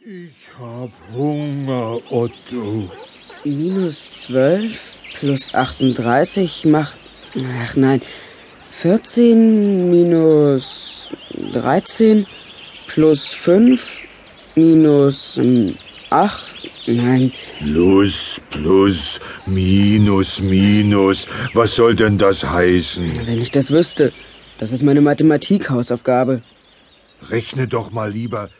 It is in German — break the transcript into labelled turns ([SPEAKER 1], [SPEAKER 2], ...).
[SPEAKER 1] Ich hab Hunger, Otto.
[SPEAKER 2] Minus 12 plus 38 macht. Ach nein. 14 minus 13 plus 5 minus 8. Nein,
[SPEAKER 1] Plus, plus, minus, minus. Was soll denn das heißen?
[SPEAKER 2] wenn ich das wüsste. Das ist meine Mathematik-Hausaufgabe.
[SPEAKER 1] Rechne doch mal lieber